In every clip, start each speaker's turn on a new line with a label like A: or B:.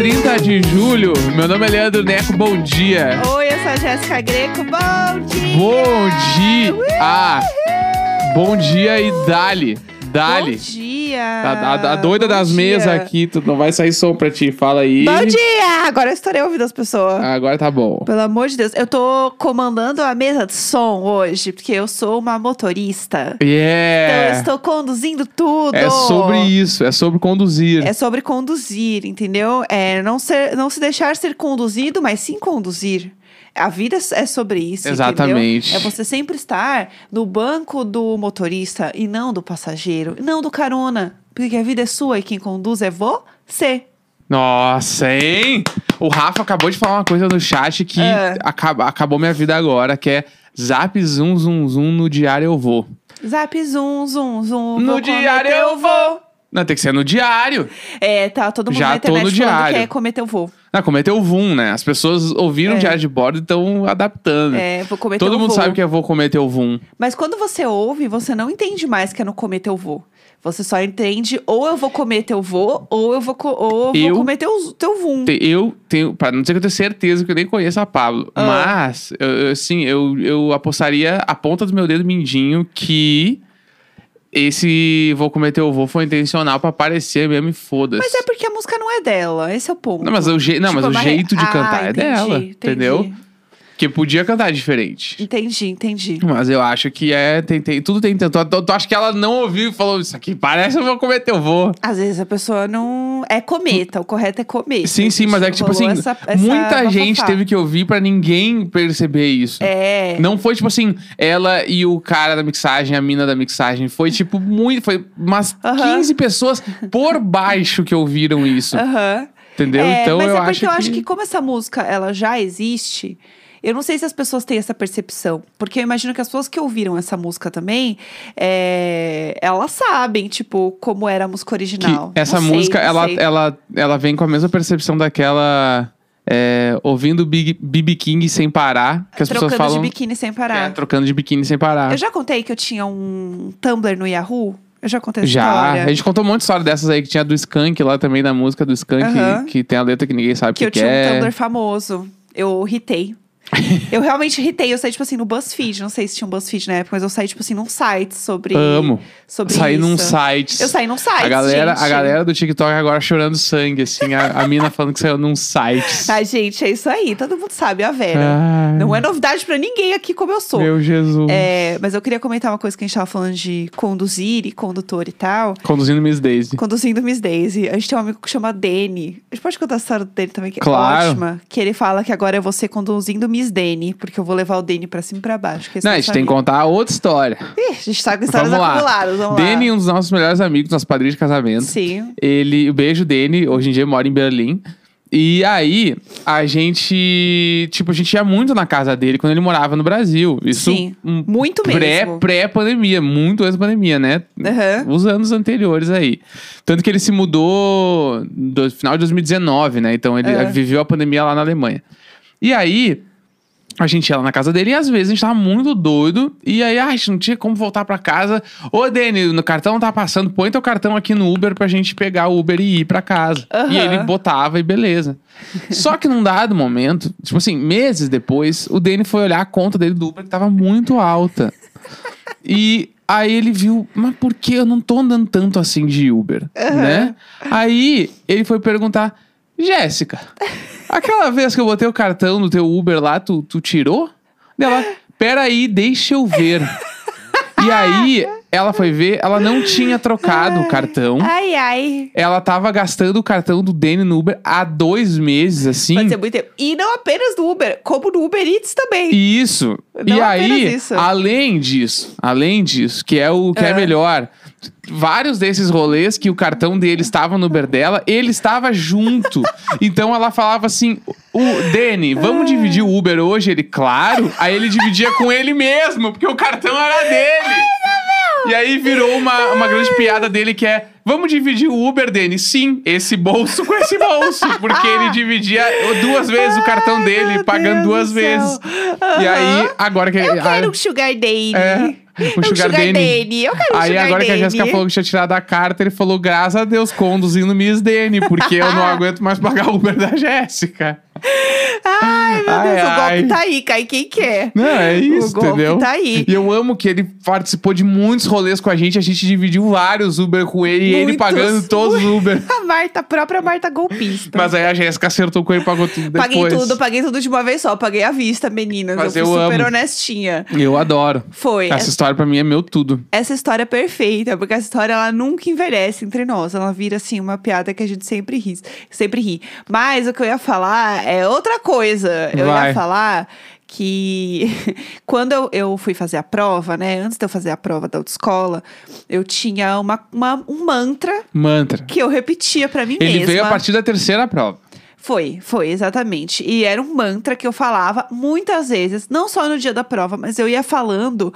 A: 30 de julho. Meu nome é Leandro Neco, bom dia.
B: Oi, eu sou a Jéssica Greco. Bom dia!
A: Bom dia! Ah, bom dia e dali.
B: Bom
A: Dali.
B: dia!
A: A, a- a doida
B: Bom
A: das
B: dia.
A: mesas aqui, tu não vai sair som pra ti. Fala aí.
B: Bom dia! Agora eu estourei o ouvido das pessoas.
A: Agora tá bom.
B: Pelo amor de Deus, eu tô comandando a mesa de som hoje, porque eu sou uma motorista. Então eu
A: Yeah!
B: estou conduzindo tudo.
A: É sobre isso, é sobre conduzir.
B: É sobre conduzir, entendeu? É não, ser, não se deixar ser conduzido, mas sim conduzir. A vida é sobre isso. entendeu?
A: Exatamente.
B: É você sempre estar no banco do motorista e não do passageiro, e não do carona. Porque a vida é sua e quem conduz é você.
A: Nossa, hein? O Rafa acabou de falar uma coisa no chat que
B: É.
A: acaba- acabou minha vida agora, que é zap zum zum zum no diário eu vou.
B: Zap, zoom, zoom, zoom.
A: No
B: vou cometer-
A: diário eu vou. Não, tem que ser no diário.
B: É, tá todo mundo
A: Já
B: na
A: tô no
B: internet falando
A: diário.
B: que é cometer o voo.
A: Ah, cometeu o VUM, né? As pessoas ouviram o diário de bordo e estão adaptando.
B: É, vou cometer
A: Todo
B: o
A: mundo
B: voo.
A: sabe que é eu vou cometer o VUM.
B: Mas quando você ouve, você não entende mais que é no comer teu vô. Você só entende ou eu vou comer teu vô, ou eu vou, co- ou
A: Eu-
B: eu vou comer teu, teu vum.
A: Te- Eu tenho, pra não dizer que eu tenho certeza que eu nem conheço a Pablo,
B: Ah.
A: mas, eu- eu, assim, eu, eu apostaria a ponta do meu dedo mindinho que esse vou cometer o voo foi intencional pra aparecer mesmo e foda-se.
B: Mas é porque a música não é dela, esse é o ponto.
A: Não, mas o, je... não,
B: Tipo,
A: mas o
B: uma re-
A: jeito de
B: Ah,
A: cantar é
B: entendi,
A: dela,
B: entendi.
A: entendeu? Que podia cantar diferente.
B: Entendi, entendi.
A: Mas eu acho que é. Tem, tem, tudo tem tanto. Tu, tu acha que ela não ouviu e falou: Isso aqui parece eu vou cometer, eu vou.
B: Às vezes a pessoa não. É cometa, o correto é cometa.
A: Sim, sim, mas é que, tipo assim,
B: Rolou essa- essa
A: muita gente
B: bafafá.
A: teve que ouvir pra ninguém perceber isso.
B: É.
A: Não foi, tipo assim, ela e o cara da mixagem, a mina da mixagem. Foi, tipo, muito. Foi umas
B: Aham.
A: 15 pessoas por baixo que ouviram isso.
B: Aham.
A: Entendeu?
B: É,
A: então
B: mas
A: eu
B: é porque
A: acho
B: eu
A: que.
B: acho que como essa música ela já existe, eu não sei se as pessoas têm essa percepção, porque eu imagino que as pessoas que ouviram essa música também, é, elas sabem tipo como era a música
A: que
B: original.
A: essa
B: Não sei,
A: música,
B: não
A: ela, é
B: sei.
A: ela, ela vem com a mesma percepção daquela. é, ouvindo Big- BB King sem parar. Que as
B: trocando
A: pessoas falam.
B: de biquíni sem
A: É,
B: parar.
A: trocando de biquíni sem parar.
B: Eu já contei que eu tinha um Tumblr no Yahoo. Eu já contei essa
A: Já,
B: história.
A: a gente contou um monte de história dessas aí que tinha do Skank lá também, da música do Skank,
B: Aham.
A: que tem a letra que ninguém sabe o
B: que eu
A: que,
B: tinha
A: é.
B: um Tumblr famoso. Eu ritei. eu realmente ritei. Eu saí, tipo assim, no BuzzFeed. Não sei se tinha um BuzzFeed na época, mas eu saí, tipo assim, num site sobre.
A: Amo.
B: Sobre
A: Sair
B: isso.
A: num site.
B: Eu saí num site.
A: a galera,
B: gente.
A: a galera do TikTok agora chorando sangue, assim, a, a mina falando que saiu num site.
B: Ai, gente, é isso aí. Todo mundo sabe a Vera.
A: Ai,
B: Não é novidade pra ninguém aqui como eu sou.
A: Ah. Meu Jesus.
B: É, mas eu queria comentar uma coisa que a gente tava falando de conduzir e condutor e tal.
A: Conduzindo Miss Daisy.
B: Conduzindo Miss Daisy. A gente tem um amigo que chama Danny. A gente pode contar a história do Danny também, que é
A: Claro.
B: ótima. Que ele fala que agora eu vou ser conduzindo Miss Danny, porque eu vou levar o Danny pra cima e pra baixo. Que esse
A: Não, a
B: é
A: gente
B: nosso
A: tem que
B: amigo.
A: contar outra história.
B: Ih, a gente tá com histórias
A: Vamos lá.
B: acumuladas. Vamos
A: Dene,
B: lá.
A: um dos nossos melhores amigos, nosso padrinho de casamento.
B: Sim.
A: Ele, o beijo dele, hoje em dia mora em Berlim. E aí, a gente, tipo, a gente ia muito na casa dele quando ele morava no Brasil. Isso
B: Sim.
A: um
B: Muito
A: pré,
B: mesmo.
A: pré-pandemia, muito antes da pandemia, né?
B: Aham.
A: Os anos anteriores aí. Tanto que ele se mudou no final de 2019, né? Então ele
B: É.
A: viveu a pandemia lá na Alemanha. E aí, a gente ia lá na casa dele e às vezes a gente tava muito doido. E aí, ah, a gente não tinha como voltar pra casa. Ô, Dani, no cartão não tá passando, põe teu cartão aqui no Uber pra gente pegar o Uber e ir pra casa.
B: Aham.
A: E ele botava e beleza. Só que num dado momento, tipo assim, meses depois, o Dani foi olhar a conta dele do Uber que tava muito alta. E aí ele viu, mas por que eu não tô andando tanto assim de Uber, né? Aí ele foi perguntar, Jéssica, aquela vez que eu botei o cartão no teu Uber lá, tu, tu tirou? Daí Ela, peraí, deixa eu ver. e aí ela foi ver, ela não tinha trocado o cartão.
B: Ai, ai.
A: Ela tava gastando o cartão do Danny no Uber há dois meses, assim.
B: Pode ser muito tempo. E não apenas do Uber, como do Uber Eats também.
A: E Isso.
B: Não
A: e
B: apenas
A: aí,
B: isso.
A: além disso, além disso, que é o que é.
B: Ah.
A: melhor, vários desses rolês que o cartão dele estava no Uber dela, ele estava junto. então ela falava assim: o Dene, vamos
B: É.
A: dividir o Uber hoje? Ele, claro. Aí ele dividia com ele mesmo, porque o cartão era dele. E aí virou uma, uma grande piada dele que é: vamos dividir o Uber, Dene? Sim, esse bolso com esse bolso. Porque ele dividia duas vezes o cartão dele,
B: meu
A: pagando
B: Deus
A: duas
B: do
A: vezes.
B: céu.
A: E aí,
B: Aham.
A: agora que.
B: Eu
A: a-
B: quero um Sugar Daddy.
A: É,
B: um Sugar
A: Daddy.
B: Daddy. Eu quero um
A: Aí
B: Sugar
A: agora que a Jéssica
B: Daddy.
A: falou que tinha tirado a carta, ele falou, graças a Deus, conduzindo Miss Dene, porque eu não aguento mais pagar o Uber da Jéssica.
B: Ai, meu
A: Ai,
B: Deus, o golpe
A: ai.
B: tá aí, cai quem quer.
A: Não, é isso,
B: golpe
A: entendeu?
B: tá aí.
A: E eu amo que ele participou de muitos rolês com a gente, a gente dividiu vários Uber com ele e ele
B: Muitos.
A: pagando todos os Uber.
B: A Marta, a própria Marta golpista.
A: Mas aí a Jéssica acertou com ele e pagou tudo depois.
B: paguei tudo, paguei tudo de uma vez só. Paguei à vista, meninas.
A: Mas
B: eu fui
A: eu
B: super
A: amo.
B: honestinha.
A: Eu adoro.
B: Foi.
A: Essa história pra mim é meu tudo.
B: essa história é perfeita, porque essa história ela nunca envelhece entre nós. Ela vira assim uma piada que a gente sempre ri, sempre ri. Mas o que eu ia falar é outra coisa. Eu
A: Vai.
B: ia falar que quando eu, eu fui fazer a prova, né? Antes de eu fazer a prova da autoescola, eu tinha uma, uma- um mantra
A: Mantra.
B: que eu repetia pra mim
A: Ele
B: mesma.
A: veio a partir da terceira prova.
B: Foi, foi, exatamente. E era um mantra que eu falava muitas vezes, não só no dia da prova, mas eu ia falando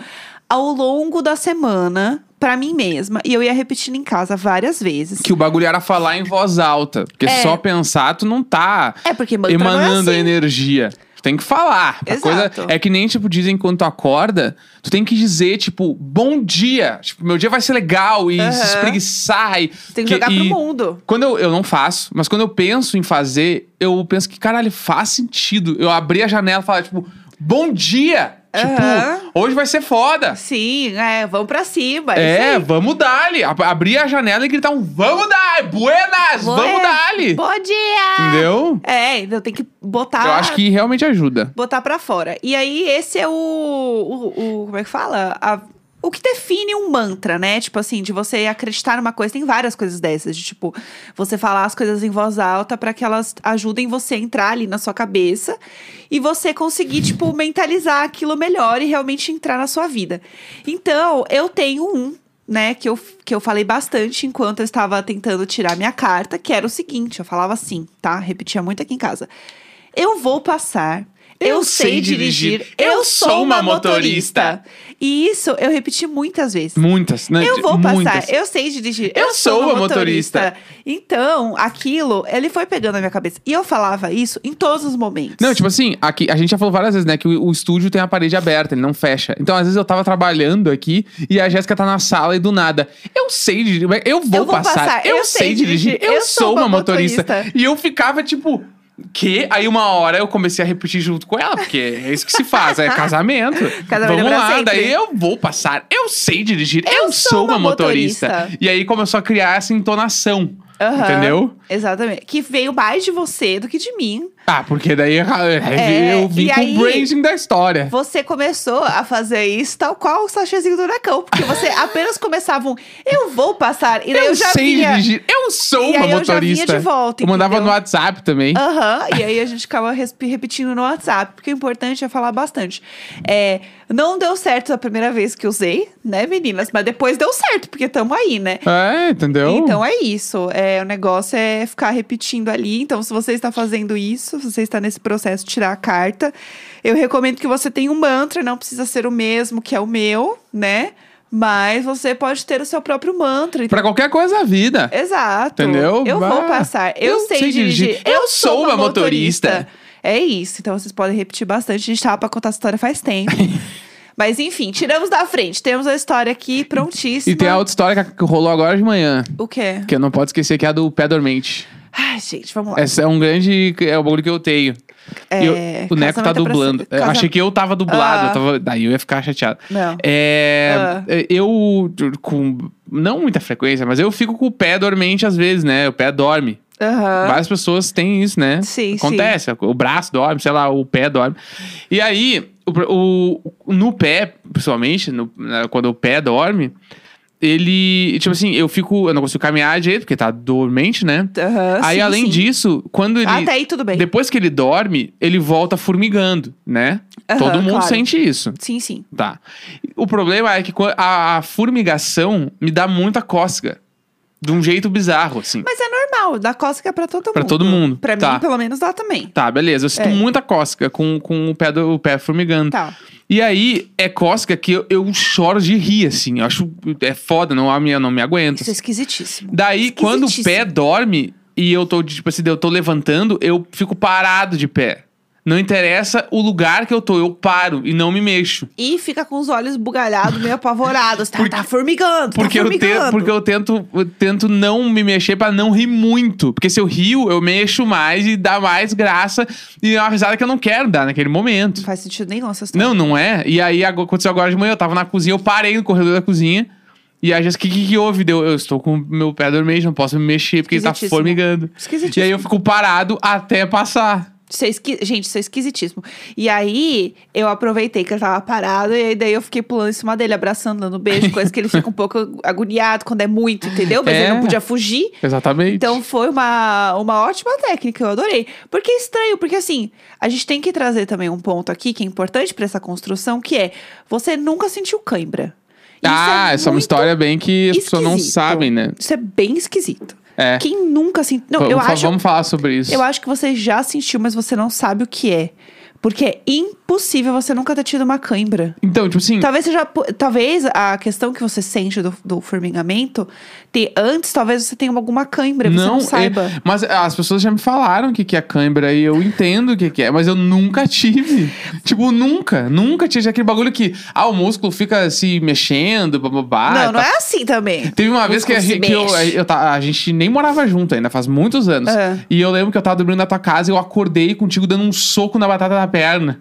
B: ao longo da semana pra mim mesma. E eu ia repetindo em casa várias vezes.
A: Que o bagulho era falar em voz alta. Porque
B: É.
A: só pensar, tu não tá
B: É porque mantra não é
A: emanando a
B: assim.
A: energia. Tu Tem que falar. A
B: Exato.
A: coisa é que nem, tipo, dizem quando tu acorda, tu tem que dizer, tipo, bom dia. Tipo, meu dia vai ser legal e
B: Aham.
A: se espreguiçar. E,
B: Tem que jogar pro
A: e
B: mundo.
A: Quando eu, eu não faço, mas quando eu penso em fazer, eu penso que, caralho, faz sentido. Eu abrir a janela e falar, tipo, bom dia!
B: Aham.
A: Tipo, hoje vai ser foda.
B: Sim, é, vamos pra cima.
A: É,
B: isso aí.
A: vamos dali. Ab- Abrir a janela e gritar um vamos dali, buenas,
B: Boa-
A: vamos dali.
B: Bom dia!
A: Entendeu?
B: É, então tem que botar.
A: Eu acho que realmente ajuda.
B: botar pra fora. E aí, esse é o. o, o- como é que fala? A- o que define um mantra, né? Tipo assim, de você acreditar numa coisa. Tem várias coisas dessas, de tipo, você falar as coisas em voz alta pra que elas ajudem você a entrar ali na sua cabeça e você conseguir, tipo, mentalizar aquilo melhor e realmente entrar na sua vida. Então, eu tenho um, né, que eu, que eu falei bastante enquanto eu estava tentando tirar minha carta, que era o seguinte: eu falava assim, tá? Repetia muito aqui em casa. Eu vou passar. Eu, sei dirigir. Eu sou uma motorista. E isso eu repeti muitas vezes.
A: Muitas, né?
B: Eu vou
A: Muitas.
B: passar, eu sei dirigir.
A: Eu sou uma
B: Então, aquilo, ele foi pegando a minha cabeça. E eu falava isso em todos os momentos.
A: Não, tipo assim, aqui, a gente já falou várias vezes, né? Que o, o estúdio tem a parede aberta, ele não fecha. Então, às vezes eu tava trabalhando aqui e a Jéssica tá na sala e do nada. Eu sei dirigir, mas eu vou,
B: Eu vou
A: passar,
B: passar,
A: Eu,
B: eu
A: sei,
B: sei
A: dirigir,
B: dirigir,
A: Eu,
B: eu
A: sou
B: sou
A: uma
B: uma
A: motorista.
B: motorista.
A: E eu ficava tipo. Que? Aí uma hora eu comecei a repetir junto com ela, porque é isso que se faz, é casamento.
B: Casamento é
A: Vamos
B: pra
A: lá,
B: sempre.
A: daí eu vou passar, eu sei dirigir, eu,
B: sou uma motorista.
A: E aí começou a criar essa entonação,
B: Aham,
A: entendeu?
B: Exatamente. Que veio mais de você do que de mim.
A: Ah, porque daí eu, eu vim
B: É, e
A: com
B: aí-
A: o branding da história.
B: Você começou a fazer isso tal qual o sachezinho do Huracão. Porque você apenas começava um eu vou passar. E daí eu, já
A: sei
B: vinha.
A: dirigir. Eu sou
B: E
A: uma
B: aí eu já vinha
A: motorista.
B: de volta,
A: Eu mandava
B: entendeu?
A: no WhatsApp também.
B: Aham, e aí a gente ficava resp- repetindo no WhatsApp, porque o importante é falar bastante. É, não deu certo a primeira vez que usei, né, meninas? Mas depois deu certo, porque tamo aí, né?
A: É, entendeu?
B: Então é isso. É, o negócio é ficar repetindo ali. Então, se você está fazendo isso, se você está nesse processo de tirar a carta, eu recomendo que você tenha um mantra, não precisa ser o mesmo que é o meu, né? Mas você pode ter o seu próprio mantra.
A: Pra qualquer coisa da vida.
B: É Exato.
A: Entendeu?
B: Eu
A: Bah.
B: vou passar. Eu,
A: Eu
B: sei,
A: sei
B: dirigir.
A: dirigir. Eu sou uma motorista.
B: É isso. Então vocês podem repetir bastante. A gente tava pra contar essa história faz tempo. Mas enfim, tiramos da frente. Temos a história aqui prontíssima.
A: E tem a outra história que rolou agora de manhã.
B: O quê?
A: Que eu não posso esquecer, que é a do pé dormente.
B: Ai, gente, vamos lá.
A: Essa é um grande. É o bagulho que eu tenho.
B: É,
A: Eu- o Neco tá
B: casamento é pra
A: dublando.
B: ser-
A: Eu achei
B: casa-
A: que eu tava dublado.
B: Ah.
A: eu tava- daí eu ia ficar chateado.
B: Não.
A: É,
B: Ah.
A: é, Eu, com não muita frequência, mas eu fico com o pé dormente às vezes, né? O pé dorme.
B: Aham.
A: Várias pessoas têm isso, né?
B: Sim,
A: Acontece. O braço dorme, sei lá, o pé dorme. E aí, o, pro- o- no pé, principalmente, no- na- quando o pé dorme, ele. Tipo assim, eu fico. Eu não consigo caminhar direito, porque tá dormente, né?
B: Aham,
A: aí,
B: Ah, sim,
A: além
B: sim. Ah, tá,
A: disso, quando ele.
B: Até aí tudo bem.
A: Depois que ele dorme, ele volta formigando, né?
B: Aham,
A: Todo mundo
B: claro.
A: sente isso.
B: Sim, sim.
A: Tá. O problema é que quan- a, a formigação me dá muita cócega. de um jeito bizarro, assim.
B: Mas é normal, dá cócega é pra todo mundo.
A: Pra todo mundo,
B: Pra mim,
A: tá.
B: pelo menos, dá também.
A: Tá, beleza. Eu sinto
B: É.
A: muita cócega com, com o, pé do, o pé formigando.
B: Tá.
A: E aí, é cócega que eu, eu choro de rir, assim. Eu acho. É foda, não, a minha, não me aguento.
B: Isso é esquisitíssimo.
A: Daí, quando o pé dorme e eu tô, tipo assim, eu tô levantando, eu fico parado de pé. Não interessa o lugar que eu tô, eu paro e não me mexo.
B: E fica com os olhos bugalhados, meio apavorados. Tá,
A: Porque-
B: tá formigando,
A: Porque,
B: tá
A: eu, te-
B: formigando.
A: porque eu, tento, eu tento não me mexer pra não rir muito. Porque se eu rio, eu mexo mais e dá mais graça. E é uma risada que eu não quero dar naquele momento.
B: Não faz sentido nenhum essa história.
A: Não, não é. E aí ago- aconteceu agora de manhã, eu tava na cozinha, eu parei no corredor da cozinha. E aí, a Jéssica, o que, que houve? Deu, eu estou com o meu pé dormente, não posso me mexer porque ele tá
B: Esquisitíssimo.
A: formigando. E
B: Esquisitíssimo.
A: aí eu fico parado até passar.
B: Isso é esqui- Gente, isso é esquisitíssimo. E aí, eu aproveitei que ele tava parado, e aí daí eu fiquei pulando em cima dele, abraçando, dando beijo, coisa que ele fica um pouco agoniado quando é muito, entendeu? Mas
A: É.
B: ele não podia fugir.
A: Exatamente.
B: Então foi uma, uma ótima técnica, eu adorei. Porque é estranho, porque assim, a gente tem que trazer também um ponto aqui que é importante pra essa construção, que é você nunca sentiu cãibra. Isso
A: ah, essa é uma
B: muito-
A: história bem que as pessoas não
B: esquisito.
A: sabem, né?
B: Isso é bem esquisito.
A: É.
B: Quem nunca sentiu. Não,
A: vamos,
B: eu
A: fa-
B: acho,
A: vamos falar sobre isso.
B: eu acho que você já sentiu, mas você não sabe o que é. Porque é impossível você nunca ter tido uma cãibra.
A: Então, tipo assim,
B: Talvez seja. po- Talvez a questão que você sente do, do formigamento, ter antes, talvez você tenha alguma cãibra, você não
A: não, é-
B: saiba.
A: mas as pessoas já me falaram o que, que é cãibra e eu entendo o que, que é, mas eu nunca tive. tipo, nunca, nunca tive aquele bagulho que, ah, o músculo fica se mexendo, bababá.
B: não,
A: e
B: não
A: tal.
B: é assim também.
A: Teve uma vez que, a,
B: músculo
A: gente-
B: se
A: que eu,
B: mexe.
A: eu ta- a gente nem morava junto ainda, faz muitos anos.
B: É.
A: E eu lembro que eu tava dormindo na tua casa e eu acordei contigo dando um soco na batata da perna.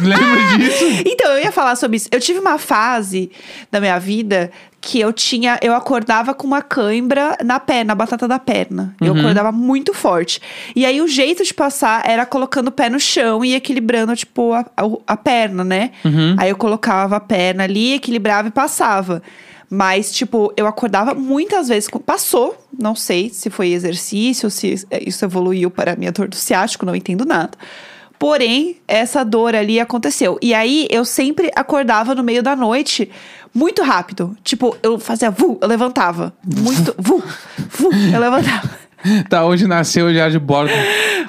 A: Lembra disso?
B: Então, eu ia falar sobre isso. Eu tive uma fase da minha vida que eu tinha. Eu acordava com uma cãibra na perna, na batata da perna. Eu acordava muito forte. E aí o jeito de passar era colocando o pé no chão e equilibrando, tipo, a, a- a perna, né? Aí eu colocava a perna ali, equilibrava e passava. Mas, tipo, eu acordava muitas vezes. com- Passou, não sei se foi exercício, se isso evoluiu para a minha dor do ciático, não entendo nada. Porém, essa dor ali aconteceu. E aí, eu sempre acordava no meio da noite, muito rápido. Tipo, eu fazia vu, eu levantava. Muito, vu, vu, eu levantava.
A: Tá, hoje nasceu já de bordo.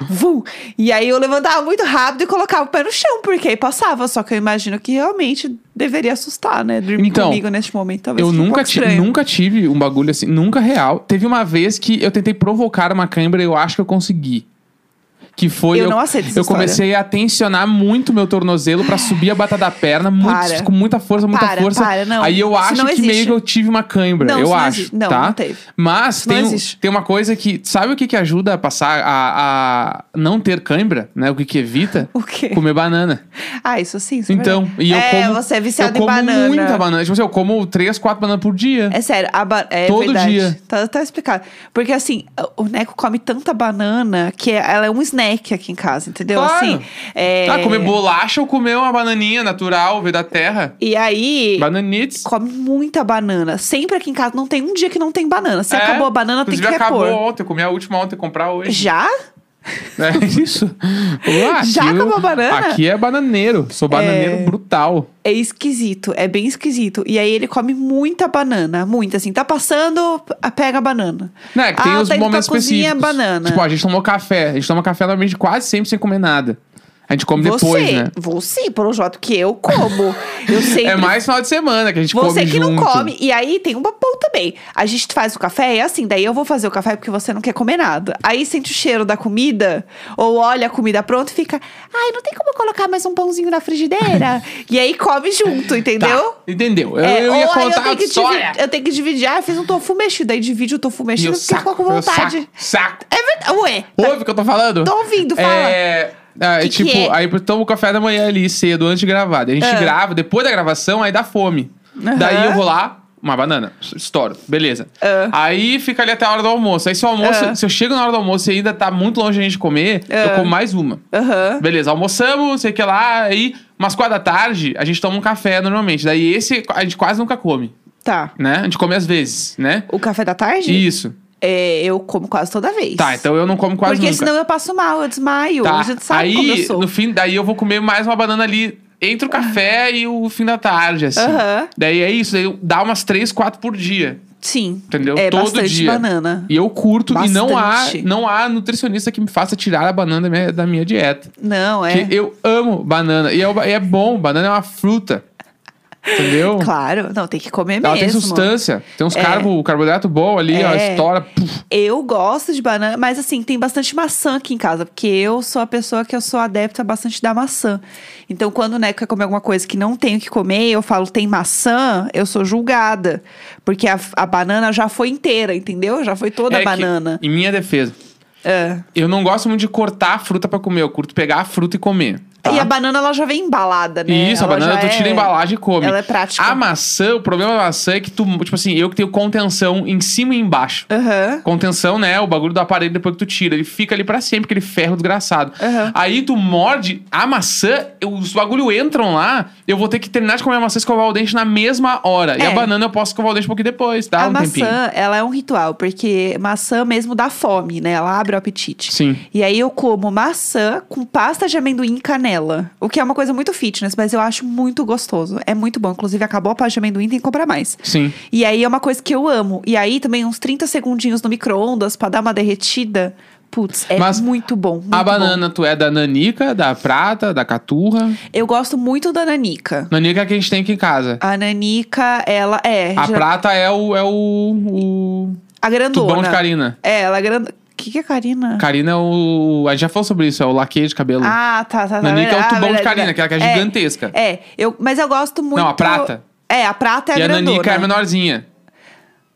B: Vum. E aí eu levantava muito rápido e colocava o pé no chão, porque aí passava. Só que eu imagino que realmente deveria assustar, né? Dormir
A: Então,
B: comigo neste momento, talvez.
A: Eu
B: fique um
A: nunca,
B: pouco
A: ti-
B: estranho.
A: nunca tive um bagulho assim, nunca real. Teve uma vez que eu tentei provocar uma câimbra e eu acho que eu consegui. Que foi.
B: Eu não aceito essa
A: Eu
B: história.
A: comecei a tensionar muito meu tornozelo pra subir a batata da perna, muito-
B: Para.
A: com muita força, muita
B: Para,
A: força.
B: para, não.
A: Aí eu
B: Isso
A: acho
B: não
A: que
B: existe.
A: meio que eu tive uma câimbra.
B: Não,
A: eu
B: isso não
A: acho.
B: existe. Não,
A: tá?
B: não teve.
A: Mas
B: não
A: tem, um-
B: existe.
A: tem uma coisa que. Sabe o que, que ajuda a passar a, a não ter câimbra, né? O que, que evita?
B: O quê?
A: Comer banana.
B: Ah, isso sim. Isso é
A: Então,
B: verdade.
A: e eu
B: é,
A: como.
B: você é viciado
A: eu como
B: em banana.
A: muita banana. Tipo assim, eu como três, quatro bananas por dia.
B: É sério, a ba- é
A: Todo
B: verdade.
A: dia.
B: Tá, tá explicado. Porque assim, o Neco come tanta banana que ela é um snack aqui em casa, entendeu?
A: Claro.
B: Assim, é...
A: Ah, comer bolacha ou comer uma bananinha natural, veio da terra.
B: E aí,
A: Bananites.
B: come muita banana. Sempre aqui em casa não tem um dia que não tem banana. Se
A: É.
B: acabou a banana, tem que
A: Inclusive,
B: repor.
A: acabou ontem. Eu comi a última ontem, comprar hoje.
B: Já?
A: É isso. Ué, aqui
B: Já
A: eu-
B: acabou a banana?
A: Aqui é bananeiro. Sou bananeiro
B: É.
A: brutal.
B: É esquisito, é bem esquisito. E aí ele come muita banana, muita assim. Tá passando, a- pega a banana.
A: Não, é que tem
B: ah,
A: os
B: tá indo pra
A: momentos
B: cozinha,
A: específicos.
B: banana.
A: Tipo, a gente tomou café. A gente toma café normalmente quase sempre sem comer nada. A gente come
B: você,
A: depois, né?
B: você, pelo jeito que eu como. Eu sempre
A: É mais final de semana que a gente come
B: Você que não
A: junto.
B: come. E aí tem um bom também. A gente faz o café e é assim, daí eu vou fazer o café porque você não quer comer nada. Aí sente o cheiro da comida, ou olha a comida pronta e fica, ai, não tem como eu colocar mais um pãozinho na frigideira. e aí come junto,
A: Tá,
B: entendeu?
A: entendeu. Eu,
B: É,
A: eu ia
B: ou aí eu
A: contar a
B: tenho, que
A: história.
B: dividir, eu tenho que dividir. Ah, eu fiz um tofu mexido. Aí divide o tofu
A: E
B: mexido
A: eu
B: porque ficou com
A: eu
B: vontade.
A: Saco.
B: É verdade. Ué. tá-
A: Ouve o que eu tô falando?
B: Tô ouvindo, fala.
A: É. ah, é
B: Que que
A: tipo,
B: é?
A: aí toma o café da manhã ali cedo, antes de gravar. Daí a gente
B: Ah.
A: grava, depois da gravação, aí dá fome.
B: Aham.
A: Daí eu vou lá, uma banana, estouro, beleza.
B: Ah.
A: Aí fica ali até a hora do almoço. Aí se o almoço,
B: Ah.
A: se eu chego na hora do almoço e ainda tá muito longe a gente comer, eu
B: Ah.
A: como mais uma.
B: Aham.
A: Beleza, almoçamos, sei o que lá, aí umas quatro da tarde a gente toma um café normalmente. Daí esse a gente quase nunca come,
B: Tá.
A: né? A gente come às vezes, né?
B: O café da tarde?
A: Isso.
B: é, eu como quase toda vez.
A: Tá, então eu não como quase
B: Porque
A: nunca.
B: senão eu passo mal, eu desmaio.
A: Tá.
B: A gente sabe
A: aí,
B: como eu sou.
A: no fim, daí eu vou comer mais uma banana ali entre o café e o fim da tarde, assim.
B: Ah. Aham.
A: Daí é isso, daí eu- dá umas três, quatro por dia.
B: Sim.
A: Entendeu?
B: É
A: Todo
B: bastante
A: dia.
B: banana.
A: E eu curto e não há,
B: Bastante.
A: não há nutricionista que me faça tirar a banana da minha, da minha dieta.
B: Não, é.
A: Porque eu amo banana. E é, o- e é bom, banana é uma fruta. Entendeu?
B: Claro, não, tem que comer
A: Ela tem
B: mesmo.
A: substância, tem uns
B: É.
A: carbo, carboidrato bom ali, ó,
B: É.
A: estoura. puf.
B: Eu gosto de banana, mas assim, tem bastante maçã aqui em casa, porque eu sou a pessoa que eu sou adepta bastante da maçã. Então, quando o Neco quer comer alguma coisa que não tenho que comer, eu falo, tem maçã, eu sou julgada. Porque a, a banana já foi inteira, entendeu? Já foi
A: É
B: toda a
A: que,
B: banana.
A: em minha defesa,
B: É.
A: eu não gosto muito de cortar a fruta pra comer, eu curto pegar a fruta e comer. tá?
B: E a banana, ela já vem embalada, né?
A: E Isso, a
B: Ela
A: banana
B: já
A: tu tira
B: é-
A: a embalagem e come.
B: Ela é prática.
A: A maçã, o problema da maçã é que tu, tipo assim, eu que tenho contenção em cima e embaixo.
B: Aham.
A: Contenção, né? O bagulho do aparelho depois que tu tira. Ele fica ali pra sempre, aquele ferro desgraçado.
B: Aham.
A: Aí tu morde a maçã, os bagulho entram lá, eu vou ter que terminar de comer a maçã e escovar o dente na mesma hora. E
B: É.
A: a banana eu posso escovar o dente um pouquinho depois, tá?
B: a
A: um
B: maçã,
A: tempinho.
B: ela é um ritual, porque maçã mesmo dá fome, né? Ela abre o apetite.
A: Sim.
B: E aí eu como maçã com pasta de amendoim e canela. O que é uma coisa muito fitness, mas eu acho muito gostoso. É muito bom. Inclusive, acabou a pasta de amendoim, tem que comprar mais.
A: Sim.
B: E aí é uma coisa que eu amo. E aí também uns 30 segundinhos no micro-ondas pra dar uma derretida. Putz, é
A: Mas
B: muito bom. muito
A: a
B: bom.
A: banana, tu é da nanica, da prata, da caturra.
B: Eu gosto muito da nanica.
A: Nanica é a que a gente tem aqui em casa.
B: A nanica, ela é.
A: A
B: já-
A: prata é o. É o, o
B: a grandona.
A: tubão de Karina.
B: É, ela é grandona. O que, que é Karina?
A: Karina é o. A gente já falou sobre isso, é o laqueio de cabelo.
B: Ah, tá, tá, tá.
A: Nanica é o
B: verdade. Ah,
A: tubão de
B: verdade,
A: Karina, aquela que é,
B: verdade.
A: gigantesca.
B: É, eu, mas eu gosto muito.
A: Não, a prata.
B: É, a prata é
A: e
B: a
A: a
B: grandona.
A: Nanica é a menorzinha.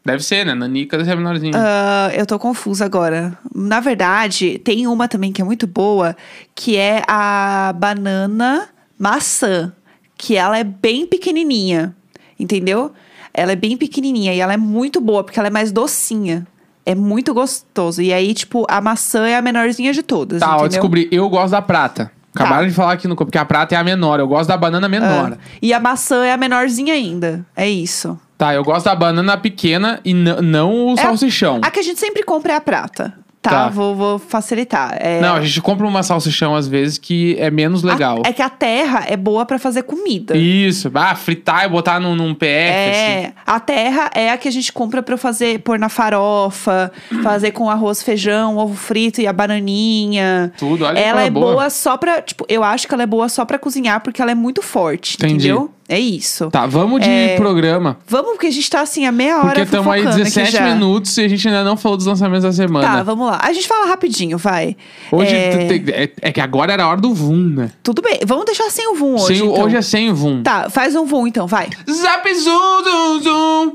A: Deve ser, né? Nanica deve ser a menorzinha.
B: Ah, eu tô confusa agora. Na verdade, tem uma também que é muito boa, que é a banana maçã, que ela é bem pequenininha, entendeu? Ela é bem pequenininha e ela é muito boa porque ela é mais docinha. É muito gostoso. E aí, tipo, a maçã é a menorzinha de todas,
A: tá, ó,
B: entendeu? Tá.
A: descobri. Eu gosto da prata. Acabaram de falar aqui no porque a prata é a menor. Eu gosto da banana menor.
B: Ah, e a maçã é a menorzinha ainda. É isso.
A: Tá, eu gosto da banana pequena e n- não o
B: É a-
A: salsichão.
B: A que a gente sempre compra é a prata. Tá,
A: Tá.
B: Vou, vou facilitar. É-
A: Não, a gente compra uma salsichão às vezes que é menos legal.
B: A- é que a terra é boa pra fazer comida.
A: Isso, ah, fritar e botar num, num PF, assim.
B: É, a terra é a que a gente compra pra fazer, pôr na farofa, fazer com arroz, feijão, ovo frito e a bananinha.
A: Tudo, olha que
B: ela
A: coisa
B: é
A: boa.
B: boa. só pra, tipo, eu acho que ela é boa só pra cozinhar porque ela é muito forte,
A: Entendi.
B: entendeu? É isso.
A: Tá, vamos de
B: É.
A: programa.
B: Vamos, porque a gente tá assim, a meia hora
A: Porque estamos aí
B: fofocando aqui
A: 17
B: já.
A: minutos e a gente ainda não falou dos lançamentos da semana.
B: Tá, vamos lá. A gente fala rapidinho, vai.
A: Hoje
B: É,
A: tu tem- é, é que agora era a hora do VUM, né?
B: Tudo bem, vamos deixar sem o VUM hoje.
A: Sem o-
B: então.
A: hoje é sem o VUM.
B: Tá, faz um VUM então, vai.
A: Zap zoom, zoom, zoom.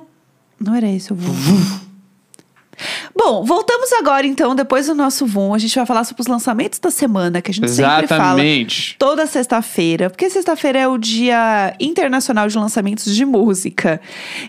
B: Não era esse o VUM. Bom, voltamos agora então, depois do nosso VUM. A gente vai falar sobre os lançamentos da semana, que a gente sempre fala
A: Exatamente.
B: toda sexta-feira, porque sexta-feira é o Dia Internacional de Lançamentos de Música.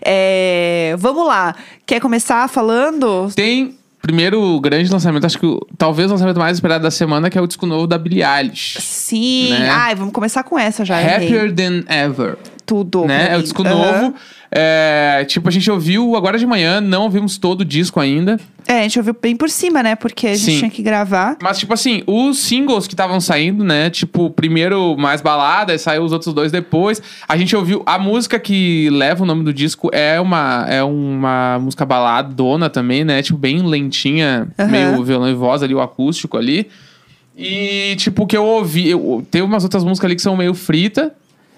B: É, vamos lá, quer começar falando?
A: Tem primeiro grande lançamento, acho que o- talvez o lançamento mais esperado da semana, que é o disco novo da Billie Eilish.
B: Sim.
A: Né?
B: Ai, vamos começar com essa já. errei.
A: Happier Than Ever,
B: Tudo.
A: né?
B: pra
A: É o
B: mim.
A: disco
B: Aham.
A: novo. É, tipo, a gente ouviu agora de manhã, não ouvimos todo o disco ainda.
B: É, a gente ouviu bem por cima, né? Porque a gente
A: Sim.
B: tinha que gravar.
A: Mas, tipo assim, os singles que estavam saindo, né? Tipo, o primeiro mais balada, e saiu os outros dois depois. A gente ouviu. A música que leva o nome do disco é uma, é uma música baladona também, né? Tipo, bem lentinha,
B: Aham.
A: meio violão e voz ali, o acústico ali. E, tipo, o que eu ouvi. Eu, tem umas outras músicas ali que são meio frita.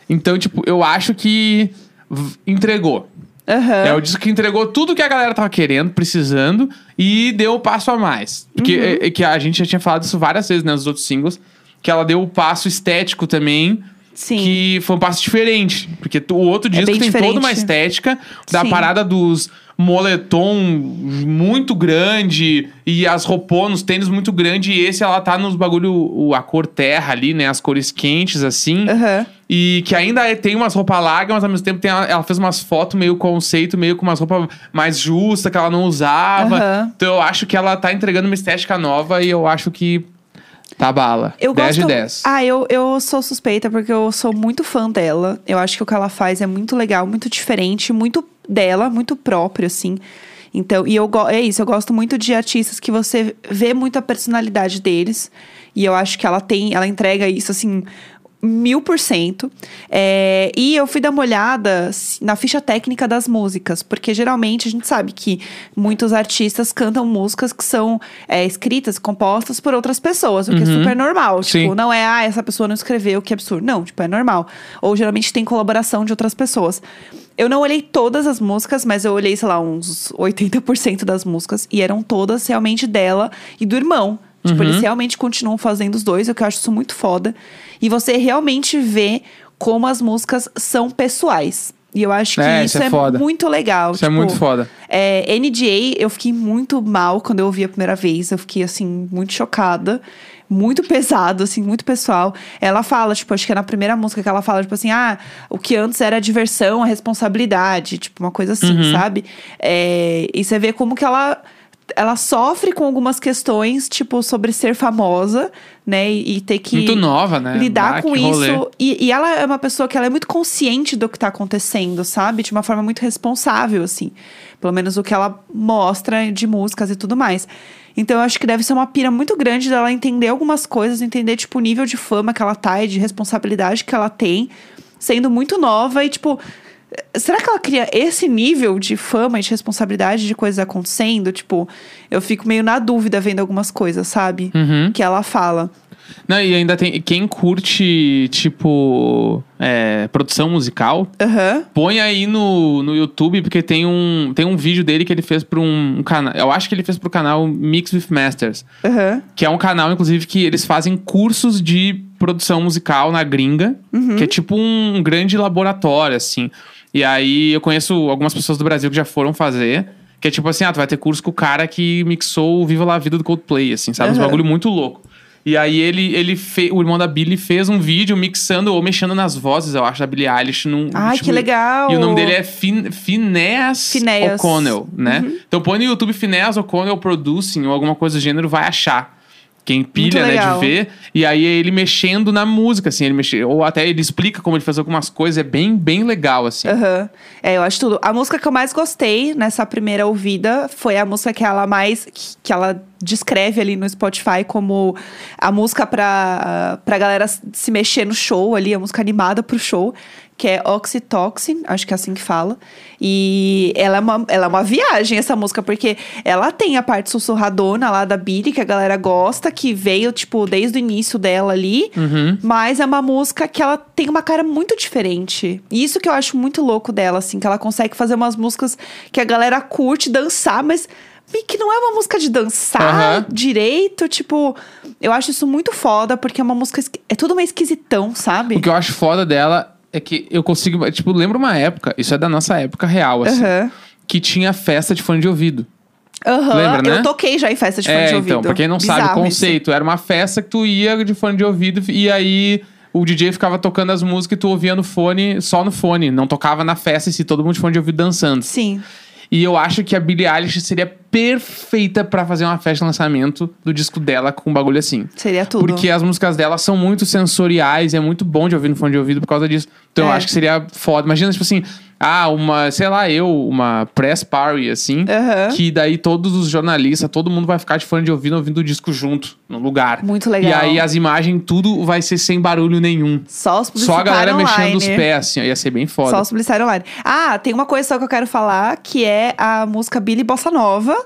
A: Então, tipo, eu acho que v- entregou.
B: Aham.
A: É o disco que entregou tudo que a galera tava querendo, precisando, e deu o passo a mais. Porque
B: Uhum.
A: é- é que a gente já tinha falado isso várias vezes, né, nos outros singles, que ela deu o passo estético também,
B: Sim. É
A: que foi um passo diferente. Porque tu- o outro disco
B: bem
A: tem toda uma
B: diferente.
A: estética da
B: Sim.
A: parada dos moletom muito grande e as roupons, tênis muito grande, e esse ela tá nos bagulho, o- a cor terra ali, né, as cores quentes assim.
B: Aham.
A: E que ainda é- tem umas roupas largas, mas ao mesmo tempo tem a- ela fez umas fotos meio conceito, meio com umas roupas mais justas que ela não usava.
B: Aham.
A: Então eu acho que ela tá entregando uma estética nova e eu acho que tá bala.
B: Eu
A: 10
B: gosto...
A: de 10.
B: Ah, eu, eu sou suspeita porque eu sou muito fã dela. Eu acho que o que ela faz é muito legal, muito diferente, muito dela, muito próprio, assim. Então, e eu go- é isso, eu gosto muito de artistas que você vê muito a personalidade deles. E eu acho que ela tem, ela entrega isso, assim, Mil por cento. É, e eu fui dar uma olhada s- na ficha técnica das músicas, porque geralmente a gente sabe que muitos artistas cantam músicas que são é, escritas, compostas por outras pessoas, o que é super normal.
A: Sim.
B: Tipo, não é, ah, essa pessoa não escreveu, que absurdo. Não, tipo, é normal. Ou geralmente tem colaboração de outras pessoas. Eu não olhei todas as músicas, mas eu olhei, sei lá, uns 80% das músicas, e eram todas realmente dela e do irmão. Tipo,
A: Uhum.
B: eles realmente continuam fazendo os dois, o que eu acho isso muito foda. E você realmente vê como as músicas são pessoais. E eu acho que
A: É,
B: isso
A: isso é
B: é,
A: foda.
B: muito legal.
A: Isso é
B: tipo,
A: muito foda.
B: é, NDA, eu fiquei muito mal quando eu ouvi a primeira vez. Eu fiquei, assim, muito chocada. Muito pesado, assim, muito pessoal. Ela fala, tipo, acho que é na primeira música que ela fala, tipo assim, ah, o que antes era a diversão, a responsabilidade, tipo, uma coisa assim, sabe? É, e você vê como que ela. Ela sofre com algumas questões, tipo, sobre ser famosa, né? E, e ter que
A: Muito nova, né?
B: lidar
A: Ah,
B: com
A: que rolê.
B: isso. E, e ela é uma pessoa que ela é muito consciente do que tá acontecendo, sabe? De uma forma muito responsável, assim. Pelo menos o que ela mostra de músicas e tudo mais. Então eu acho que deve ser uma pira muito grande dela entender algumas coisas, entender, tipo, o nível de fama que ela tá e de responsabilidade que ela tem, sendo muito nova e, tipo. Será que ela cria esse nível de fama e de responsabilidade de coisas acontecendo? Tipo, eu fico meio na dúvida vendo algumas coisas, sabe?
A: Uhum.
B: Que ela fala.
A: Não, e ainda tem. Quem curte, tipo, é, produção musical,
B: Aham.
A: põe aí no, no YouTube, porque tem um, tem um vídeo dele que ele fez pra um, canal. Eu acho que ele fez pro canal Mix with Masters.
B: Aham.
A: Que é um canal, inclusive, que eles fazem cursos de produção musical na gringa,
B: Uhum.
A: que é tipo um grande laboratório, assim. E aí eu conheço algumas pessoas do Brasil que já foram fazer. Que é tipo assim, ah, tu vai ter curso com o cara que mixou o Viva La Vida do Coldplay, assim, sabe? Uns
B: Aham.
A: bagulho muito louco. E aí ele, ele fe... o irmão da Billy fez um vídeo mixando ou mexendo nas vozes, eu acho, da Billie Eilish. Num,
B: Ai,
A: tipo,
B: que legal!
A: E o nome dele é fin... Phineas,
B: Phineas.
A: O'Connell, né?
B: Uhum.
A: Então põe no YouTube Phineas O'Connell Producing ou alguma coisa do gênero, vai achar. Quem pilha, né, de
B: legal.
A: ver. E aí é ele mexendo na música, assim, ele mexe, ou até ele explica como ele fez algumas coisas, é bem, bem legal, assim.
B: Aham. É, eu acho tudo. A música que eu mais gostei nessa primeira ouvida foi a música que ela mais. que, que ela descreve ali no Spotify como a música pra, pra galera s- se mexer no show ali, a música animada pro show, que é Oxytocin, acho que é assim que fala. E ela é uma, ela é uma viagem, essa música, porque ela tem a parte sussurradona lá da Billy, que a galera gosta, que veio, tipo, desde o início dela ali.
A: Uhum.
B: Mas é uma música que ela tem uma cara muito diferente. E isso que eu acho muito louco dela, assim, que ela consegue fazer umas músicas que a galera curte dançar, mas meio que não é uma música de dançar
A: Aham.
B: direito. Tipo, eu acho isso muito foda, porque é uma música. esqui- É tudo meio esquisitão, sabe?
A: O que eu acho foda dela é que eu consigo, tipo, lembro uma época, isso é da nossa época real, assim,
B: Aham.
A: que tinha festa de fone de ouvido.
B: Aham.
A: Lembra, né?
B: Eu toquei já em festa de fone
A: é,
B: de ouvido.
A: então, pra quem não sabe, o
B: Bizarro
A: conceito era uma festa que tu ia de fone de ouvido e aí o DJ ficava tocando as músicas e tu ouvia no fone, só no fone, não tocava na festa e se todo mundo de fone de ouvido dançando.
B: isso. Sim.
A: E eu acho que a Billie Eilish seria perfeita pra fazer uma festa de lançamento do disco dela com um bagulho assim.
B: Seria tudo.
A: Porque as músicas dela são muito sensoriais, é muito bom de ouvir no fone de ouvido por causa disso. Então eu
B: É.
A: acho que seria foda. Imagina, tipo assim, ah, uma, sei lá, eu, uma press party,
B: É.
A: assim.
B: Aham.
A: Que daí todos os jornalistas, todo mundo vai ficar de fone de ouvido ouvindo o disco junto, no lugar.
B: Muito legal.
A: E aí as imagens, tudo vai ser sem barulho nenhum.
B: Só os
A: Só a galera
B: publicitários
A: mexendo os
B: online.
A: pés, assim, ó, ia ser bem foda.
B: Só os publicitários online. Ah, tem uma coisa só que eu quero falar, que é a música Billy Bossa Nova,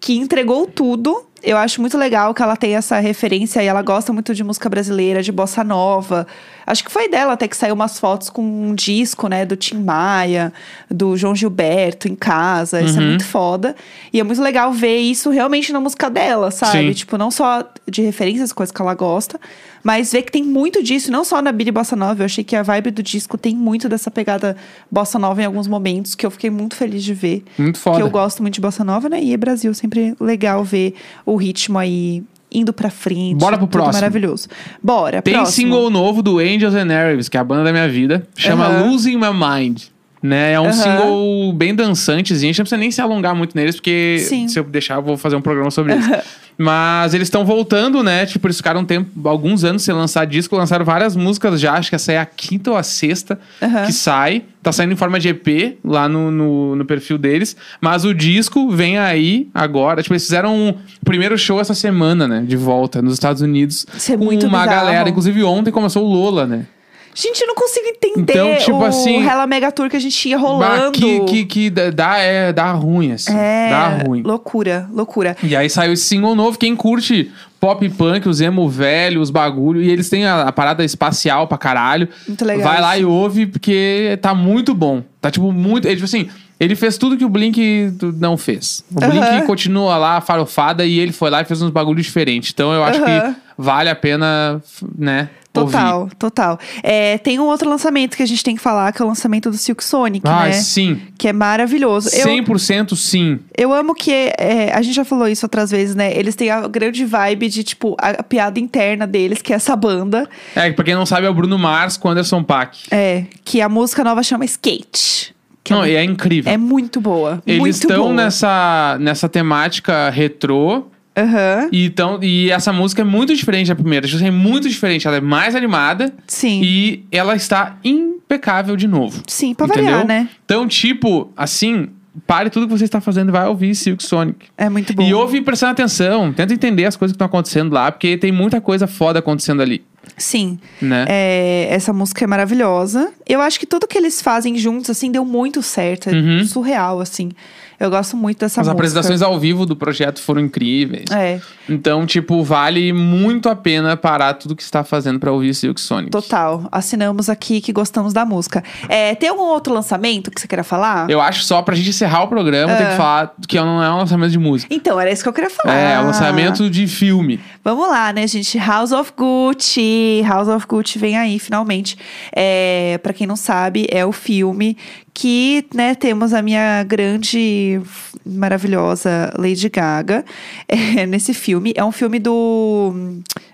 B: que entregou tudo. Eu acho muito legal que ela tem essa referência e ela gosta muito de música brasileira, de bossa nova. Acho que foi dela até que saiu umas fotos com um disco, né, do Tim Maia, do João Gilberto em casa. Isso
A: Uhum.
B: é muito foda. E é muito legal ver isso realmente na música dela, sabe?
A: Sim.
B: Tipo, não só de referências, coisas que ela gosta, mas ver que tem muito disso, não só na Billy Bossa Nova. Eu achei que a vibe do disco tem muito dessa pegada Bossa Nova em alguns momentos, que eu fiquei muito feliz de ver.
A: Muito foda.
B: Que eu gosto muito de Bossa Nova, né? E é Brasil, sempre legal ver o ritmo aí indo pra frente.
A: Bora pro
B: tudo
A: próximo.
B: maravilhoso. Bora,
A: Tem
B: próximo.
A: é single novo do Angels and Airwaves, que é a banda da minha vida. Chama
B: Aham.
A: Losing My Mind. Né? É um
B: Aham.
A: single bem dançantezinho. A gente não precisa nem se alongar muito neles, porque
B: Sim.
A: se eu deixar, eu vou fazer um programa sobre isso. Mas eles estão voltando, né? Tipo, eles ficaram um tempo, alguns anos sem lançar disco, lançaram várias músicas já. Acho que essa é a quinta ou a sexta
B: Aham.
A: que sai. Tá saindo em forma de EP lá no, no, no perfil deles. Mas o disco vem aí agora. Tipo, eles fizeram um primeiro show essa semana, né? De volta nos Estados Unidos.
B: Isso é
A: com
B: muito
A: uma
B: bizarro.
A: galera. Inclusive, ontem começou o Lola, né?
B: Gente, eu não consigo entender
A: Então, tipo
B: o
A: assim,
B: Hella Mega Tour que a gente tinha
A: Bah,
B: rolando.
A: que, que, que dá- dá, é, dá ruim, assim.
B: É,
A: Dá ruim.
B: loucura, loucura.
A: E aí saiu esse single novo. Quem curte pop punk, os emo velho, os bagulho. E eles têm a, a parada espacial pra caralho.
B: Muito legal.
A: Vai lá e ouve, porque tá muito bom. Tá, tipo, muito... Ele, tipo assim, ele fez tudo que o Blink do- não fez. O
B: Aham.
A: Blink continua lá, farofada, e ele foi lá e fez uns bagulhos diferentes. Então, eu acho
B: Aham.
A: que vale a pena, f- né,
B: Total,
A: ouvir.
B: total. É, tem um outro lançamento que a gente tem que falar, que é o lançamento do Silk Sonic,
A: Ah,
B: né?
A: sim.
B: Que é maravilhoso. Eu,
A: 100% sim.
B: eu amo que. é, a gente já falou isso outras vezes, né? Eles têm a grande vibe de, tipo, a, a piada interna deles, que é essa banda.
A: É, pra quem não sabe, é o Bruno Mars com o Anderson Paak.
B: É. Que a música nova chama Skate. Que
A: Não,
B: é,
A: e é incrível.
B: é muito boa.
A: Eles
B: muito
A: estão
B: boa.
A: nessa, nessa temática retrô.
B: Aham.
A: E, tão, e essa música é muito diferente da primeira. Tipo assim, É muito diferente. Ela é mais animada.
B: Sim.
A: E ela está impecável de novo.
B: Sim, pra
A: entendeu?
B: variar, né?
A: Então, tipo, assim, pare tudo que você está fazendo e vai ouvir Silk Sonic.
B: É muito bom.
A: E ouve prestando atenção. Tenta entender as coisas que estão acontecendo lá. Porque tem muita coisa foda acontecendo ali,
B: Sim.
A: né?
B: É, essa música é maravilhosa. Eu acho que tudo que eles fazem juntos, assim, deu muito certo. É
A: Uhum.
B: surreal, assim. Eu gosto muito dessa
A: As
B: música.
A: apresentações ao vivo do projeto foram incríveis.
B: É,
A: Então, tipo, vale muito a pena parar tudo que você está fazendo pra ouvir Silk Sonic.
B: total. Assinamos aqui que gostamos da música. É, tem algum outro lançamento que você queira falar?
A: Eu acho só pra gente encerrar o programa,
B: Ah.
A: tem que falar que não é um lançamento de música.
B: Então, era isso que eu queria falar.
A: É, é um lançamento de filme.
B: Vamos lá, né, gente? House of Gucci. House of Gucci vem aí, finalmente. É, para quem não sabe, é o filme que, né, temos a minha grande, maravilhosa Lady Gaga é, nesse filme. É um filme do.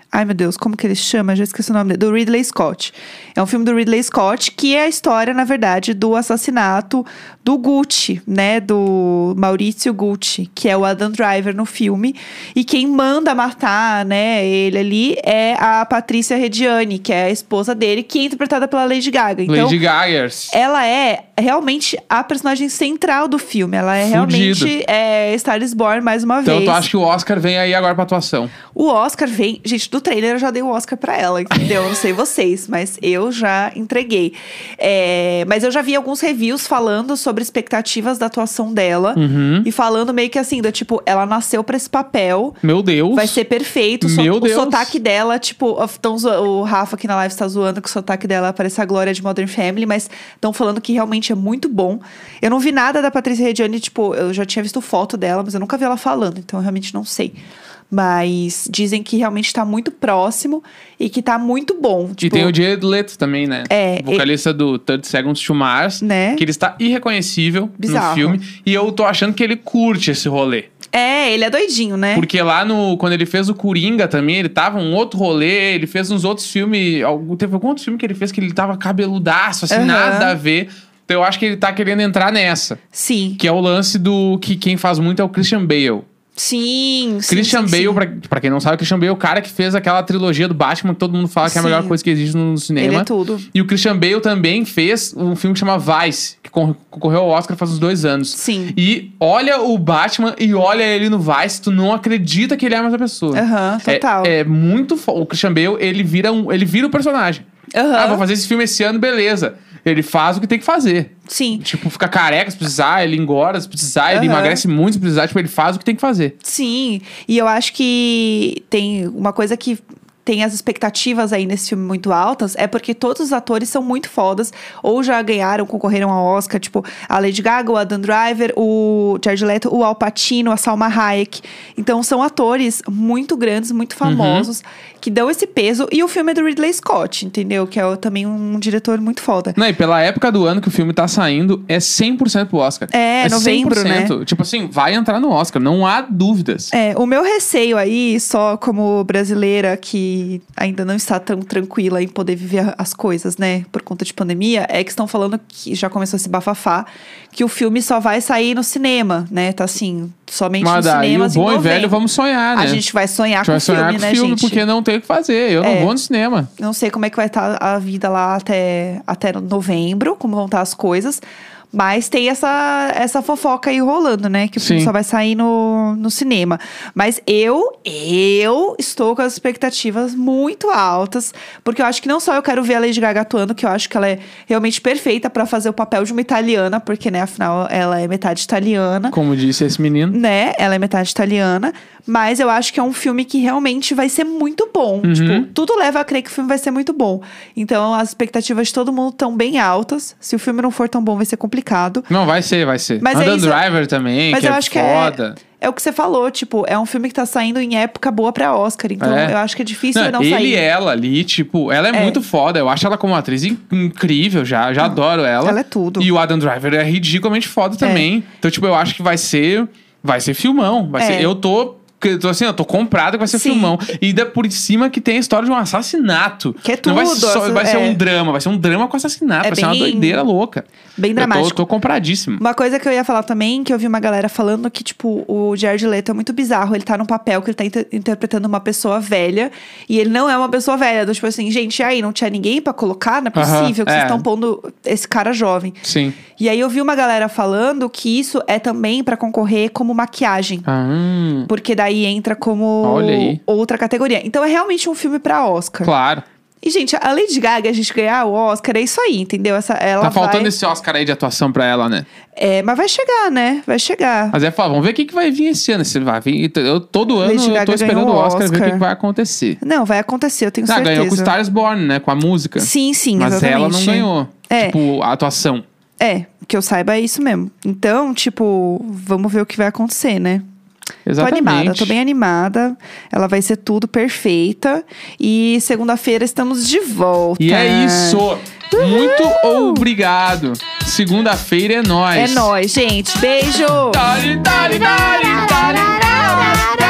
B: Ai, meu Deus, como que ele chama? Já esqueci o nome dele. Do Ridley Scott. É um filme do Ridley Scott, que é a história, na verdade, do assassinato do Gucci, né? Do Maurício Gucci, que é o Adam Driver no filme. E quem manda matar, né, ele ali é a Patrícia Rediani, que é a esposa dele, que é interpretada pela Lady Gaga. Então,
A: Lady Gagers.
B: ela é realmente a personagem central do filme. Ela é
A: Fudido.
B: realmente é, Star is Born mais uma
A: Então,
B: vez.
A: tu acha que o Oscar vem aí agora pra atuação.
B: O Oscar vem. Gente, do trailer eu já dei o Oscar pra ela, entendeu? Eu Não sei vocês, mas eu já entreguei. É, mas eu já vi alguns reviews falando sobre expectativas da atuação dela.
A: Uhum.
B: E falando meio que assim, do tipo, ela nasceu pra esse papel.
A: Meu Deus.
B: Vai ser perfeito. O so-
A: Meu
B: o
A: Deus.
B: sotaque dela, tipo, of- tão zo- o Rafa aqui na live tá zoando que o sotaque dela parece a glória de Modern Family, mas estão falando que realmente é muito bom. Eu não vi nada da Patrícia Reggiani, tipo, eu já tinha visto foto dela, mas eu nunca vi ela falando, então eu realmente não sei. Mas dizem que realmente tá muito próximo e que tá muito bom.
A: E
B: Tipo,
A: tem o Jared Leto também, né?
B: É,
A: Vocalista do 30 Seconds to Mars.
B: Né?
A: Que ele está irreconhecível
B: Bizarro.
A: no filme. E eu tô achando que ele curte esse rolê.
B: É, ele é doidinho, né?
A: Porque lá no. Quando ele fez o Coringa também, ele tava um outro rolê, ele fez uns outros filmes. Algum, teve algum outro filme que ele fez que ele tava cabeludaço, assim,
B: Aham.
A: nada a ver. Então eu acho que ele tá querendo entrar nessa.
B: Sim.
A: Que é o lance do que quem faz muito é o Christian Bale.
B: Sim, sim.
A: Christian
B: sim,
A: Bale,
B: sim.
A: Pra, pra quem não sabe, o Christian Bale é o cara que fez aquela trilogia do Batman que todo mundo fala que é a
B: Sim.
A: melhor coisa que existe no
B: Ele
A: cinema.
B: é tudo.
A: E o Christian Bale também fez um filme que chama Vice, que con- concorreu ao Oscar faz uns dois anos.
B: Sim.
A: E olha o Batman e olha ele no Vice, tu não acredita que ele é a mesma pessoa.
B: Aham,
A: É-
B: total.
A: É, muito foda. O Christian Bale, ele vira, um, ele vira o personagem.
B: Aham.
A: Ah, vou fazer esse filme esse ano, beleza. Ele faz o que tem que fazer.
B: Sim.
A: Tipo, fica careca se precisar, ele engorda se precisar, ele
B: Aham.
A: emagrece muito se precisar. Tipo, ele faz o que tem que fazer.
B: Sim, e eu acho que tem uma coisa que tem as expectativas aí nesse filme muito altas, é porque todos os atores são muito fodas, ou já ganharam, concorreram ao Oscar, tipo, a Lady Gaga, o Adam Driver, o Jared Leto, o Al Pacino, a Salma Hayek. Então são atores muito grandes, muito famosos, que dão esse peso, e o filme é do Ridley Scott, entendeu? Que é o- também um diretor muito foda.
A: Não, e pela época do ano que o filme tá saindo, é 100% pro Oscar.
B: É, novembro, né?
A: Tipo assim, vai entrar no Oscar, não há dúvidas.
B: É, o meu receio aí, só como brasileira que que ainda não está tão tranquila em poder viver as coisas, né? Por conta de pandemia, é que estão falando que já começou esse bafafá, que o filme só vai sair no cinema, né? Tá assim, somente
A: Mas
B: nos
A: daí o
B: cinemas. em
A: bom e
B: novembro.
A: velho, vamos sonhar, né?
B: A gente vai sonhar
A: A gente
B: com o
A: vai
B: filme,
A: sonhar com
B: né,
A: o filme,
B: gente?
A: porque não tem o que fazer. Eu
B: É.
A: não vou no cinema.
B: Não sei como é que vai estar a vida lá até, até novembro, como vão estar as coisas. Mas tem essa, essa fofoca aí rolando, né? Que o filme
A: Sim.
B: só vai sair no, no cinema. Mas eu, eu estou com as expectativas muito altas. Porque eu acho que não só eu quero ver a Lady Gaga atuando, que eu acho que ela é realmente perfeita pra fazer o papel de uma italiana. Porque, né, afinal, ela é metade italiana
A: Como disse esse menino.
B: né? Ela é metade italiana. Mas eu acho que é um filme que realmente vai ser muito bom.
A: Uhum.
B: Tipo, tudo leva a crer que o filme vai ser muito bom. Então, as expectativas de todo mundo estão bem altas. Se o filme não for tão bom, vai ser complicado.
A: Não, vai ser, vai ser.
B: Mas é
A: Adam
B: isso-
A: Driver também,
B: Mas
A: que
B: eu
A: é
B: acho que é-
A: foda.
B: É o que você falou, tipo, é um filme que tá saindo em época boa pra Oscar. Então,
A: É.
B: eu acho que é difícil não,
A: Não, ele
B: sair.
A: e ela ali, tipo, ela é,
B: É.
A: muito foda. Eu acho ela como atriz in- incrível já. Já adoro ela.
B: Ela é tudo.
A: E o Adam Driver é ridiculamente foda também. Então, tipo, eu acho que vai ser. Vai ser filmão. Vai
B: É.
A: ser, eu tô. que- tô assim, eu tô comprado que vai ser
B: Sim.
A: filmão. E ainda por cima que tem a história de um assassinato.
B: Que é
A: Não vai ser,
B: tudo,
A: só-
B: essa-
A: vai ser
B: é.
A: um drama, vai ser um drama com assassinato.
B: É
A: vai ser uma
B: bem-
A: doideira louca.
B: Bem
A: Eu
B: dramático.
A: tô, tô compradíssimo.
B: Uma coisa que eu ia falar também, que eu vi uma galera falando que, tipo, o Jared Leto é muito bizarro. Ele tá num papel que ele tá inter- interpretando uma pessoa velha. E ele não é uma pessoa velha. Do tipo assim, gente, e aí não tinha ninguém pra colocar? Não é
A: Aham,
B: possível que vocês
A: é.
B: estão pondo esse cara jovem.
A: Sim.
B: E aí eu vi uma galera falando que isso é também pra concorrer como maquiagem.
A: Ah, hum,
B: Porque daí entra como
A: Olha aí.
B: outra categoria. Então é realmente um filme pra Oscar.
A: claro.
B: E, gente, a Lady Gaga, a gente ganhar o Oscar, é isso aí, entendeu? Essa, ela
A: tá faltando
B: vai...
A: esse Oscar aí de atuação pra ela, né?
B: É, mas vai chegar, né? Vai chegar.
A: Mas é falar, vamos ver o que, que vai vir esse ano. Se vai vir, Então, eu, todo ano
B: Lady
A: eu
B: Gaga
A: tô esperando
B: ganhou
A: o
B: o
A: Oscar, ver o que,
B: Oscar.
A: que vai acontecer.
B: Não, vai acontecer, eu tenho
A: Ah,
B: certeza.
A: ganhou com Stars Born, né? Com a música.
B: Sim, sim,
A: Mas
B: exatamente.
A: ela não ganhou.
B: É.
A: Tipo, a atuação.
B: É, que eu saiba é isso mesmo. Então, tipo, vamos ver o que vai acontecer, né?
A: Exatamente.
B: Tô animada, tô bem animada. Ela vai ser tudo perfeita. E segunda-feira estamos de volta.
A: E é isso. Muito obrigado. Segunda-feira é nóis.
B: É nóis, gente. Beijo!
A: Dale, dale, dale, dale.
C: da da da da